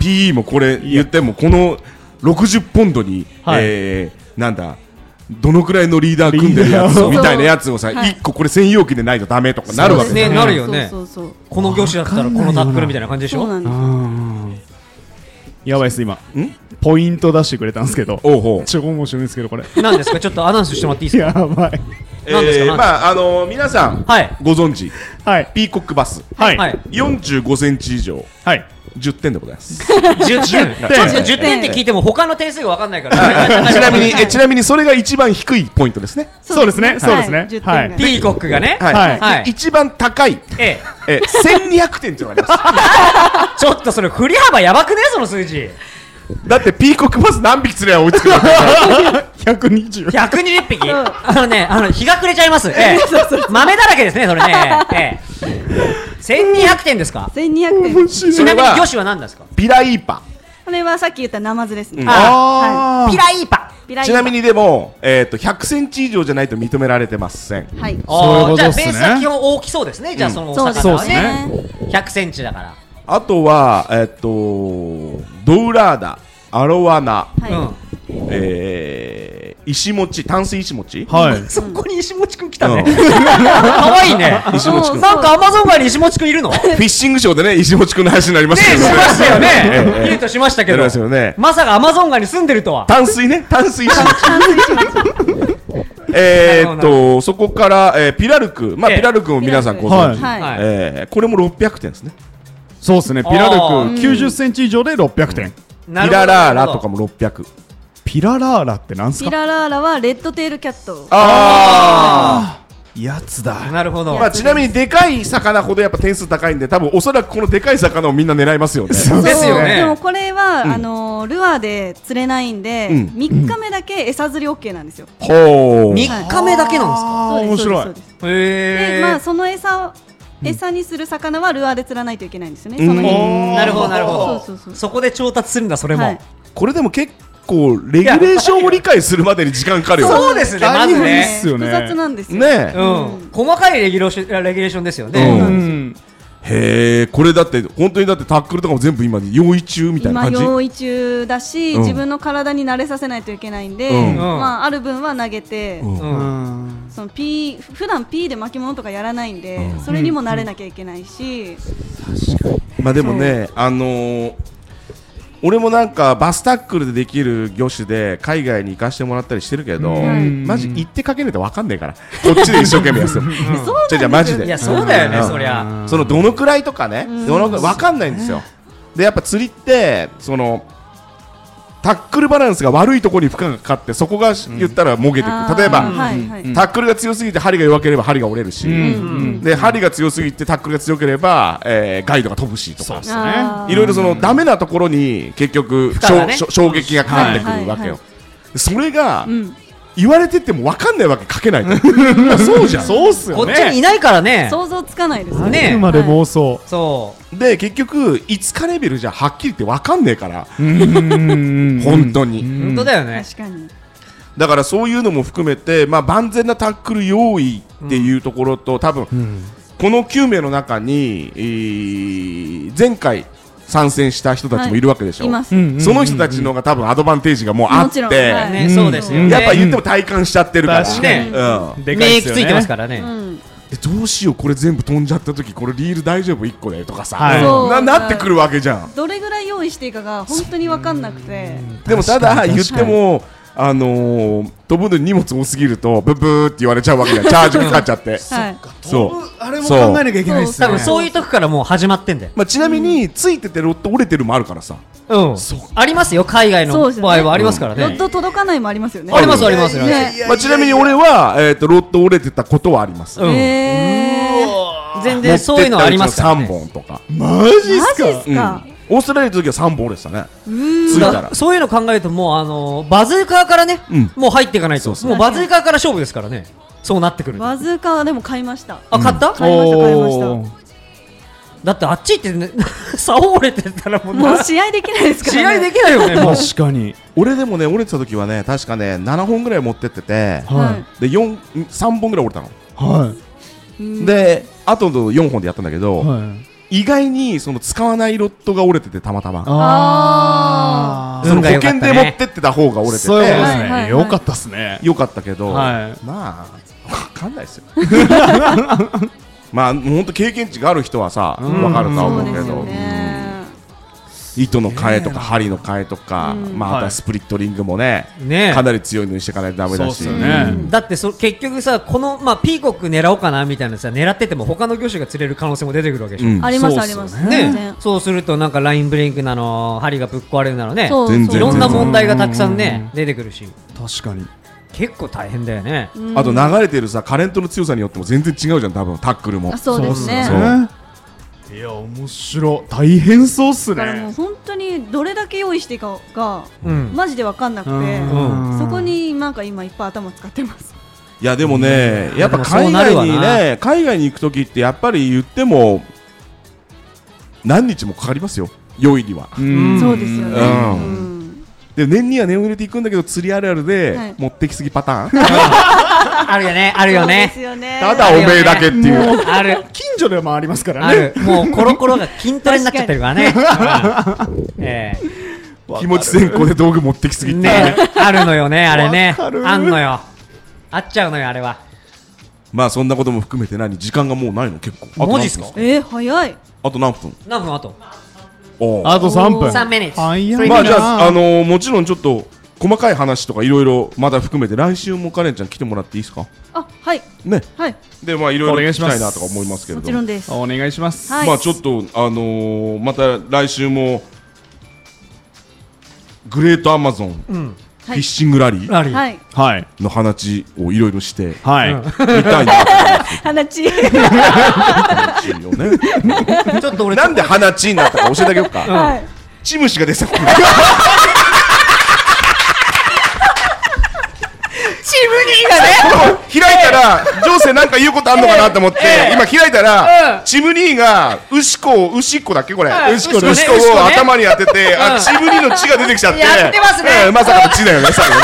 Speaker 2: PE もこれ言ってもこの60ポンドに、
Speaker 3: はい
Speaker 2: えーなんだどのくらいのリーダー組んでるやつ
Speaker 3: リーダーを
Speaker 2: みたいなやつをさ、
Speaker 4: はい
Speaker 2: 1個これ専用機でないとダメとかなるわけ
Speaker 1: ね
Speaker 2: じゃん
Speaker 1: なるよね
Speaker 4: そうそうそう
Speaker 1: この魚種だったらこのタックルみたいな感じでし
Speaker 4: そうな
Speaker 1: ょ
Speaker 4: んで
Speaker 3: やばいっす今ポイント出してくれたんですけど
Speaker 2: おうほう
Speaker 3: 超面白いんですけどこれ
Speaker 1: なんですかちょっとアナウンスしてもらっていいですか
Speaker 3: やばい
Speaker 2: え
Speaker 1: 何ですか何ですか
Speaker 2: ーまああのー皆さん、
Speaker 1: はい
Speaker 2: ご存知
Speaker 3: はい
Speaker 2: ピーコックバス
Speaker 3: はい
Speaker 1: はい
Speaker 2: 45センチ以上
Speaker 3: はい
Speaker 2: 10点でございます
Speaker 1: 10点
Speaker 2: 10点
Speaker 1: まず10点って聞いても他の点数が分かんないから
Speaker 2: ちなみにえちなみにそれが一番低いポイントですね
Speaker 3: そうですねそうですね
Speaker 4: はい10点
Speaker 3: はい
Speaker 4: が
Speaker 1: ピーコックがね
Speaker 3: はい
Speaker 1: はい
Speaker 2: で一番高い
Speaker 1: ええ
Speaker 2: え1200点ってのがありま
Speaker 1: ち
Speaker 2: す
Speaker 1: ょっとそれ振り幅やばくねその数字
Speaker 2: だってピーコックバス何匹釣れば追いつくのか
Speaker 3: 120
Speaker 1: 120匹
Speaker 4: ん
Speaker 1: あのねあの日が暮れちゃい ますええ豆だらけですねそれねええ1200点ですか
Speaker 4: 1200円
Speaker 1: ちなみに魚種は何ですか
Speaker 2: ピライーパ
Speaker 4: これはさっき言ったナマズですね、
Speaker 2: うん
Speaker 4: あ
Speaker 1: ピライーパ
Speaker 4: ピライ
Speaker 2: ちなみにでも、えー、と100センチ以上じゃないと認められてません
Speaker 4: はい
Speaker 3: そういうこと
Speaker 1: じゃあ
Speaker 3: っす
Speaker 1: ベ
Speaker 3: ね
Speaker 1: ースは基本大きそうですねじゃあそのお
Speaker 4: そうです
Speaker 1: 魚
Speaker 4: ね
Speaker 1: はね100センチだから
Speaker 2: あとは、えっ、とドウラーダアロワナ、
Speaker 4: は
Speaker 1: う
Speaker 4: い
Speaker 1: ん
Speaker 2: えー、石餅淡水石餅
Speaker 3: はい
Speaker 1: そこに石持くん来た
Speaker 2: ね
Speaker 1: ね。可愛いね。
Speaker 2: 石餅くん
Speaker 4: うん
Speaker 1: なんかアマゾン街に石持くんいるの？ね
Speaker 2: フィッシングショーでね石餅くんの話になりましたけ
Speaker 1: し
Speaker 2: ど
Speaker 1: ましたよ
Speaker 2: ええ
Speaker 1: ね。ヒントしましたけ
Speaker 2: やり
Speaker 1: ど
Speaker 2: ま。すよね
Speaker 1: まさかアマゾン街に住んでるとは。
Speaker 2: 淡水ね淡水石 餅えーっ
Speaker 1: なるほ
Speaker 2: とそこから、えーピラルクまあ、
Speaker 1: ええ
Speaker 2: ピラルクも皆さんご存知、
Speaker 4: はい
Speaker 1: はい
Speaker 2: えーこれも600点ですね
Speaker 3: そうですねピラルク
Speaker 1: あー
Speaker 3: 90センチ以上で600点
Speaker 1: ピ
Speaker 2: ピララーラとか。も600
Speaker 3: ピララーラってなんすか
Speaker 4: ピララーラはレッドテールキャット
Speaker 2: あ
Speaker 3: やつだ
Speaker 1: なるほど
Speaker 2: あ。まあちなみにでかい魚ほどやっぱ点数高いんで多分おそらくこのでかい魚をみんな狙いますよね
Speaker 3: そう
Speaker 1: ですよ
Speaker 4: そうでも
Speaker 1: ね。
Speaker 4: これは、あのルアーで釣れないんで、
Speaker 2: うん
Speaker 4: 三3日目だけ餌釣り OK なんですよ。
Speaker 2: ほう
Speaker 1: 三日目だけなんですか。
Speaker 3: あー
Speaker 4: そうで
Speaker 3: 面
Speaker 4: す
Speaker 3: 白い
Speaker 4: そうですそうですで、
Speaker 1: へ
Speaker 4: まあ
Speaker 1: え。
Speaker 4: その餌を餌にする魚はルアーで釣らないといけないんですよね。
Speaker 2: うん
Speaker 4: その日
Speaker 2: お
Speaker 4: に
Speaker 1: なるほどなるほ
Speaker 4: そうそうそ
Speaker 1: ど。
Speaker 4: う
Speaker 1: そこで調達するんだそれ
Speaker 4: は
Speaker 1: も
Speaker 4: い。
Speaker 2: これでも結構レギュレーションを理解するまでに時間かかるよ
Speaker 1: そうですねまずね
Speaker 3: 大変ですよね
Speaker 4: 複雑なんですよ
Speaker 2: ねえ
Speaker 1: うん、細かいレギュレーションレギュレーションですよね、
Speaker 2: うん
Speaker 3: うん
Speaker 2: へえこれだって本当にだってタックルとかも全部今用意中みたいな
Speaker 4: 今
Speaker 2: 感じ
Speaker 4: 用意中だし、
Speaker 2: うん
Speaker 4: 自分の体に慣れさせないといけないんで、
Speaker 2: うん
Speaker 4: まあ、ある分は投げて、
Speaker 2: うん
Speaker 1: う
Speaker 3: うんん
Speaker 4: その P 普段 P で巻物とかやらないんで、
Speaker 2: うん
Speaker 4: それにも慣れなきゃいけないし、
Speaker 2: まあでもねあのー俺もなんかバスタックルでできる魚種で海外に行かしてもらったりしてるけど、
Speaker 3: ん
Speaker 2: マジ行ってかけないとわかんないからこっちで一生懸命やってる
Speaker 4: そうなんです
Speaker 2: じゃあじゃあマジで
Speaker 1: いやそうだよね、
Speaker 2: うん
Speaker 1: そりゃ
Speaker 2: そのどのくらいとかね、どのくわかんないんですよ。でやっぱ釣りってそのタックルバランスが悪いところに負荷がかかってそこが言ったらもげてく
Speaker 4: あー
Speaker 2: る。例えば、
Speaker 4: はいはい
Speaker 2: タックルが強すぎて針が弱ければ針が折れるし、
Speaker 3: うん
Speaker 2: で針が強すぎてタックルが強ければ、えーガイドが飛ぶしとか。
Speaker 3: そう
Speaker 4: あー
Speaker 2: いろいろそのダメなところに結局、
Speaker 1: 負荷がね
Speaker 2: しょしょ衝撃がかかってくるわ
Speaker 4: はいは
Speaker 2: け
Speaker 4: い
Speaker 2: よ
Speaker 4: は。
Speaker 2: それが、
Speaker 4: ん
Speaker 2: 言われてても分かんないわけかけ ないとそうじゃん
Speaker 3: そうっす
Speaker 1: こ
Speaker 3: よ
Speaker 1: っちにい
Speaker 3: ね
Speaker 1: ないからね
Speaker 4: 想像つかないですよ
Speaker 1: ね
Speaker 3: あくまで妄想
Speaker 1: そ
Speaker 2: で結局5日レベルじゃはっきり言って分かんねえから
Speaker 3: 本
Speaker 2: 本当に、
Speaker 1: う本当だよね、
Speaker 4: 確かに
Speaker 2: だからそういうのも含めて、まあ、万全なタックル用意っていうところと、多分、この9名の中に、えー前回参戦した人たちもいるわけでしょ、
Speaker 4: います、
Speaker 2: その人たちの方が多分アドバンテージがもうあ
Speaker 4: も
Speaker 2: っ
Speaker 4: ち
Speaker 2: て、
Speaker 4: ろんはい
Speaker 1: ね
Speaker 3: うん
Speaker 1: そうですよね、
Speaker 2: やっぱ言っても体感しちゃってるから、
Speaker 3: 確
Speaker 1: かに
Speaker 2: うん
Speaker 3: でかい
Speaker 1: 免疫
Speaker 3: っす
Speaker 1: つ
Speaker 3: よね
Speaker 1: いてますからね、
Speaker 4: うん
Speaker 2: でどうしよう、これ全部飛んじゃった時これリール大丈夫1個でとかさ、
Speaker 3: はい
Speaker 4: そう
Speaker 2: ななってくるわけじゃん。
Speaker 4: どれぐらい用意していいかが本当に分かんなくて、
Speaker 2: でもた
Speaker 3: 確か
Speaker 2: だ
Speaker 3: に
Speaker 2: 言っても、あのー、飛ぶのに荷物多すぎるとブブーって言われちゃうわけじゃんチャージかかっちゃって、
Speaker 4: はい、
Speaker 2: そう
Speaker 3: あれ
Speaker 2: も考えな
Speaker 3: きゃいけ
Speaker 4: ないっす
Speaker 1: 多分そういうとこからもう始まってんだよ、
Speaker 2: まあ、ちなみに、ついててロット折れてるもあるからさ
Speaker 1: うん、ありますよ海外
Speaker 4: そう
Speaker 1: の
Speaker 4: ですよ
Speaker 1: 場
Speaker 4: ね
Speaker 1: 合はありますから
Speaker 4: ロ
Speaker 1: ね
Speaker 4: ッ、ド届かないもありますよね
Speaker 1: ありますありますあります
Speaker 4: ね
Speaker 2: まあ、ちなみに俺は、えー、とロット折れてたことはあります、
Speaker 1: うん
Speaker 4: えー
Speaker 1: 全然そういうのはありますから、ね、
Speaker 2: 3本とか、
Speaker 3: マジっ
Speaker 4: マ
Speaker 3: す
Speaker 4: ジで
Speaker 3: か
Speaker 4: すか、
Speaker 2: オーストラリアの時は3本折れてたね
Speaker 4: うーん
Speaker 2: ついたら
Speaker 1: だそういうの考えるともうあのバズーカーからね、
Speaker 2: うん
Speaker 1: もう入っていかないと
Speaker 2: そうそう
Speaker 1: もうバズーカーから勝負ですからねそうなってくると
Speaker 4: バズーカはでも買いました
Speaker 1: あ買った、
Speaker 4: 買いました買いました
Speaker 3: おー
Speaker 1: だってあっち行ってね 竿折れてたらもう
Speaker 4: も
Speaker 1: な
Speaker 4: う試合できないですから、ね、
Speaker 1: 試合できないよ ねもう
Speaker 3: 確かに
Speaker 2: 俺でもね折れてた時はね確かね7本ぐらい持ってってて
Speaker 4: は
Speaker 2: で
Speaker 4: い
Speaker 2: 3本ぐらい折れたの、
Speaker 3: は
Speaker 2: であとの4本でやったんだけど、
Speaker 3: いはい
Speaker 2: 意外にその使わないロットが折れててたまたま
Speaker 4: あ
Speaker 2: その
Speaker 1: 運
Speaker 2: 保
Speaker 1: が良かった
Speaker 2: 険
Speaker 1: ね
Speaker 2: で持ってってた方が折れてて
Speaker 3: そういうことです
Speaker 4: はいはいは
Speaker 3: ね
Speaker 4: い
Speaker 3: よかったっすね
Speaker 2: よかったけど、
Speaker 3: は
Speaker 2: まあわかんないですよ まあ本当経験値がある人はさ
Speaker 3: うん
Speaker 2: わかるとは
Speaker 4: そ
Speaker 2: 思
Speaker 4: う
Speaker 2: う
Speaker 4: で
Speaker 2: け
Speaker 4: す
Speaker 2: ど、
Speaker 4: よね
Speaker 2: 糸の替えとか針の替えとか、まあ、あと
Speaker 3: は
Speaker 2: はいスプリットリングもね、
Speaker 1: ね
Speaker 2: かなり強いのにしていかないとダメだし
Speaker 3: そうっすよね
Speaker 1: だってそ結局さこの、まあ、ピーコック狙おうかなみたいなさ狙ってても他の魚種が釣れる可能性も出てくるわけでしょ、
Speaker 2: うん
Speaker 4: ありますあります全
Speaker 1: ね
Speaker 4: 然、
Speaker 1: そうするとなんかラインブレインクなの針がぶっ壊れるなのね
Speaker 4: そう
Speaker 2: 全然
Speaker 1: いろんな問題がたくさん
Speaker 3: う
Speaker 1: ね
Speaker 3: ん
Speaker 1: 出てくるし
Speaker 3: 確かに
Speaker 1: 結構大変だよね、
Speaker 4: うん
Speaker 2: あと流れてるさカレントの強さによっても全然違うじゃん多分タックルも
Speaker 4: あそうですね
Speaker 2: そう
Speaker 3: いや面白い大変そうっす
Speaker 4: だからもう
Speaker 3: ね
Speaker 4: 本当にどれだけ用意していいかが
Speaker 1: うん
Speaker 4: マジで分かんなくて
Speaker 3: うん
Speaker 4: そこになんか今いっぱい頭使ってます
Speaker 2: いやでもね、やっ
Speaker 1: で
Speaker 2: ぱ
Speaker 1: もそう
Speaker 2: 海
Speaker 1: なるわ
Speaker 2: 外
Speaker 1: な
Speaker 2: にね海外に行く時ってやっぱり言っても何日もかかりますよ用意には
Speaker 3: うん
Speaker 4: そうですよね
Speaker 2: うん
Speaker 4: うん
Speaker 2: で念には念を入れていくんだけど釣りあるあるで、
Speaker 4: はい
Speaker 2: 持ってきすぎパ ターン
Speaker 1: あるよ ねあるよ
Speaker 4: そうで
Speaker 1: ね
Speaker 4: すよね
Speaker 2: ただおめえだけっていう
Speaker 3: もう
Speaker 1: ある
Speaker 3: 近所でもありますから
Speaker 1: あ
Speaker 3: ね
Speaker 1: るもうコロコロが筋トレになっちゃってるから ね、うんえ
Speaker 2: 気持ち先行で道具持ってきす
Speaker 1: え
Speaker 2: ぎっていう
Speaker 1: ね
Speaker 2: ね
Speaker 1: あるのよねあれね
Speaker 3: わかる
Speaker 1: あんのよあっちゃうのよあれは
Speaker 2: まあそんなことも含めて何時間がもうないの結構あと何分
Speaker 1: マジっすか
Speaker 4: えー早い
Speaker 2: あと何分
Speaker 1: 何分あと
Speaker 2: おう
Speaker 3: あと3分
Speaker 1: 3 minutes
Speaker 3: 早いな
Speaker 2: まあじゃあ、あのーもちろんちょっと細かい話とかいろいろまだ含めて来週もカレンちゃん来てもらっていいですか
Speaker 4: あはい
Speaker 2: ね
Speaker 4: はい
Speaker 2: でまあいろ
Speaker 3: お
Speaker 2: いろ
Speaker 3: 願
Speaker 2: 聞
Speaker 3: いし
Speaker 2: き
Speaker 3: ます
Speaker 2: たいなとか思いますけれ
Speaker 4: も
Speaker 2: ど
Speaker 4: ちろんです
Speaker 3: お願いします
Speaker 4: はい
Speaker 2: まあちょっとあのーまた来週もグレートアマゾン、
Speaker 1: ん
Speaker 2: フィッシングラリー
Speaker 1: ラリー、
Speaker 4: はい
Speaker 3: はい
Speaker 2: の話をいろいろしてみ
Speaker 3: はい
Speaker 2: たいな
Speaker 4: 鼻血
Speaker 2: 話よね
Speaker 1: ちょっと俺
Speaker 2: なんで鼻血になったか教えてあげようか
Speaker 4: はい
Speaker 2: チムシが出てた
Speaker 7: ニーがね
Speaker 2: 開いたら、ジョーセなんか言うことあんのかなと思って、今開いたら、
Speaker 7: うん
Speaker 2: チムニーが、牛子を、牛っ子だっけこれ。
Speaker 7: はい
Speaker 2: 牛子の
Speaker 7: 牛
Speaker 2: 牛
Speaker 7: 子ね
Speaker 2: 子を頭に当てて、
Speaker 7: う
Speaker 2: あ、
Speaker 7: ん
Speaker 2: チムニーの血が出てきちゃって。
Speaker 7: やってますね
Speaker 2: うんまさかの血だよね、最後ね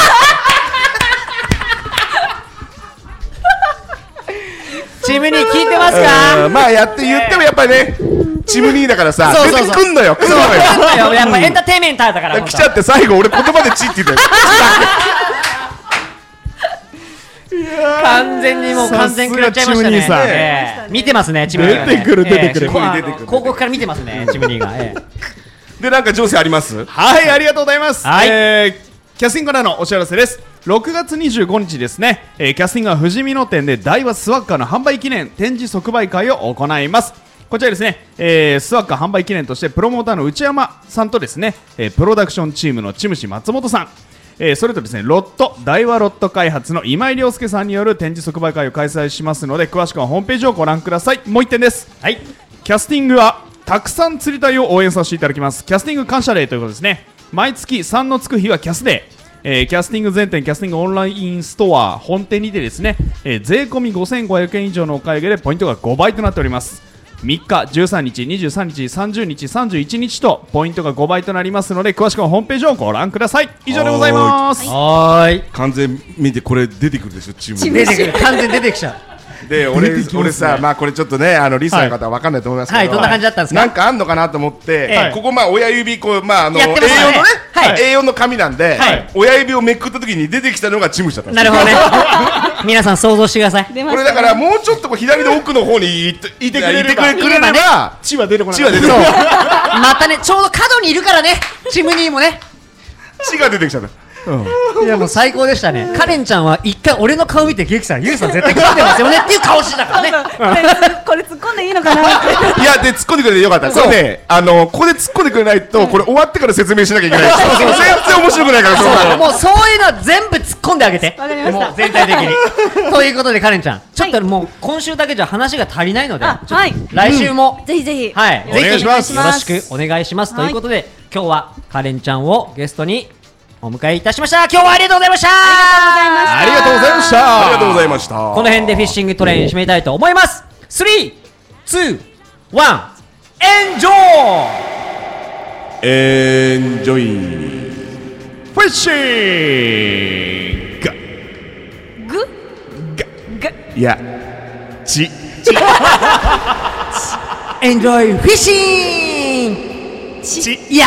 Speaker 1: チームに聞いてます
Speaker 2: う
Speaker 1: か
Speaker 2: んまあやって言ってもやっぱりね、チムニーだからさ、
Speaker 1: そうそうそう
Speaker 2: 出てくんのよ、来んのよ。
Speaker 1: やっぱエンターテインメンターだから
Speaker 2: 来ちゃって最後俺言葉でチって言ったよ。
Speaker 1: 完全にもう完全食らっちゃいましたね
Speaker 3: さすがチムニーさん
Speaker 1: ええ見てますねチムニーがね
Speaker 3: 出てくる出てく
Speaker 1: ええ
Speaker 3: る
Speaker 1: ここは
Speaker 2: 出てくる
Speaker 1: 広告から見てますねチムニーがええ
Speaker 2: で、なんか情勢あります
Speaker 3: はい、ありがとうございます。
Speaker 1: はい
Speaker 3: えーキャスティングからのお知らせです。6月25日ですね、えーキャスティングは富士見野店で大和スワッカーの販売記念展示即売会を行います。こちらですね、えースワッカー販売記念としてプロモーターの内山さんとですね、えープロダクションチームのチムシ松本さん、えーそれとですね、ロット、大和ロット開発の今井亮介さんによる展示即売会を開催しますので、詳しくはホームページをご覧ください。もう一点です。
Speaker 1: はい
Speaker 3: キャスティングはたくさん釣り隊を応援させていただきますキャスティング感謝デーということですね毎月3のつく日はキャスデーえーキャスティング全店キャスティングオンラインストア本店にてですね、えー税込み5500円以上のお買い上げでポイントが5倍となっております3日13日23日30日31日とポイントが5倍となりますので詳しくはホームページをご覧ください以上でございます
Speaker 1: はーい
Speaker 2: 完全見てこれ出てくるでしょ、チムニ
Speaker 1: 出てくる完全に出てきちゃう
Speaker 2: ー。で、俺
Speaker 3: 出てきます、ね
Speaker 2: 俺さ、まあこれちょっとね、あの、リスナーの方はわかんないと思いますけど。
Speaker 1: はいどんな感じだったんですか
Speaker 2: なんかあんのかなと思って、
Speaker 1: ええ
Speaker 2: ここまあ親指、こう、まああの、
Speaker 1: や
Speaker 2: A4
Speaker 1: っ
Speaker 2: の
Speaker 1: て
Speaker 2: ね
Speaker 1: ますねはい、
Speaker 2: A4 の紙なんで
Speaker 1: はい、
Speaker 2: 親指をめくった時に出てきたのがチムシだったんですよ
Speaker 1: なるほどね皆さん想像してください
Speaker 4: 出ま
Speaker 2: こ
Speaker 4: し
Speaker 2: れ
Speaker 4: た
Speaker 2: だ
Speaker 4: ね
Speaker 2: からもうちょっとこう左の奥の方にいていてくれれば
Speaker 1: いればね
Speaker 3: 血は出てこ
Speaker 2: 血は出てこない
Speaker 1: またねちょうど角にいるからねチムニーもね
Speaker 2: 血が出てきちゃった
Speaker 1: いやもう最高でしたねカレンちゃんは一回俺の顔見てゆきさんゆきさん絶対来てますよね っていう顔してたからね
Speaker 4: これ突っ込んでいいのかなって
Speaker 2: いやで突っ込んでくれてよかったこれねあのここで突っ込んでくれないとこれ終わってから説明しなきゃいけない全然面白くないからそんなの
Speaker 1: もうそういうのは全部突っ込んであげて
Speaker 4: わかりました
Speaker 1: もう全体的 にということでカレンちゃんちょっともう今週だけじゃ話が足りないので
Speaker 4: あ
Speaker 1: ちょっ
Speaker 4: はい
Speaker 1: と来週も、
Speaker 4: ぜひぜひ
Speaker 1: はい
Speaker 2: お願いします
Speaker 1: よろしくお願いします、
Speaker 4: はい
Speaker 1: ということで今日はカレンちゃんをゲストにお迎えいたしました今日はありがとうございました
Speaker 3: ありがとうございました
Speaker 2: ありがとうございました
Speaker 1: この辺でフィッシングトレイン締めたいと思います321エンジョイ
Speaker 2: エンジョイ
Speaker 3: フィッシング
Speaker 4: グ
Speaker 2: いや血
Speaker 1: エンジョイフィッシング
Speaker 2: 血
Speaker 1: いや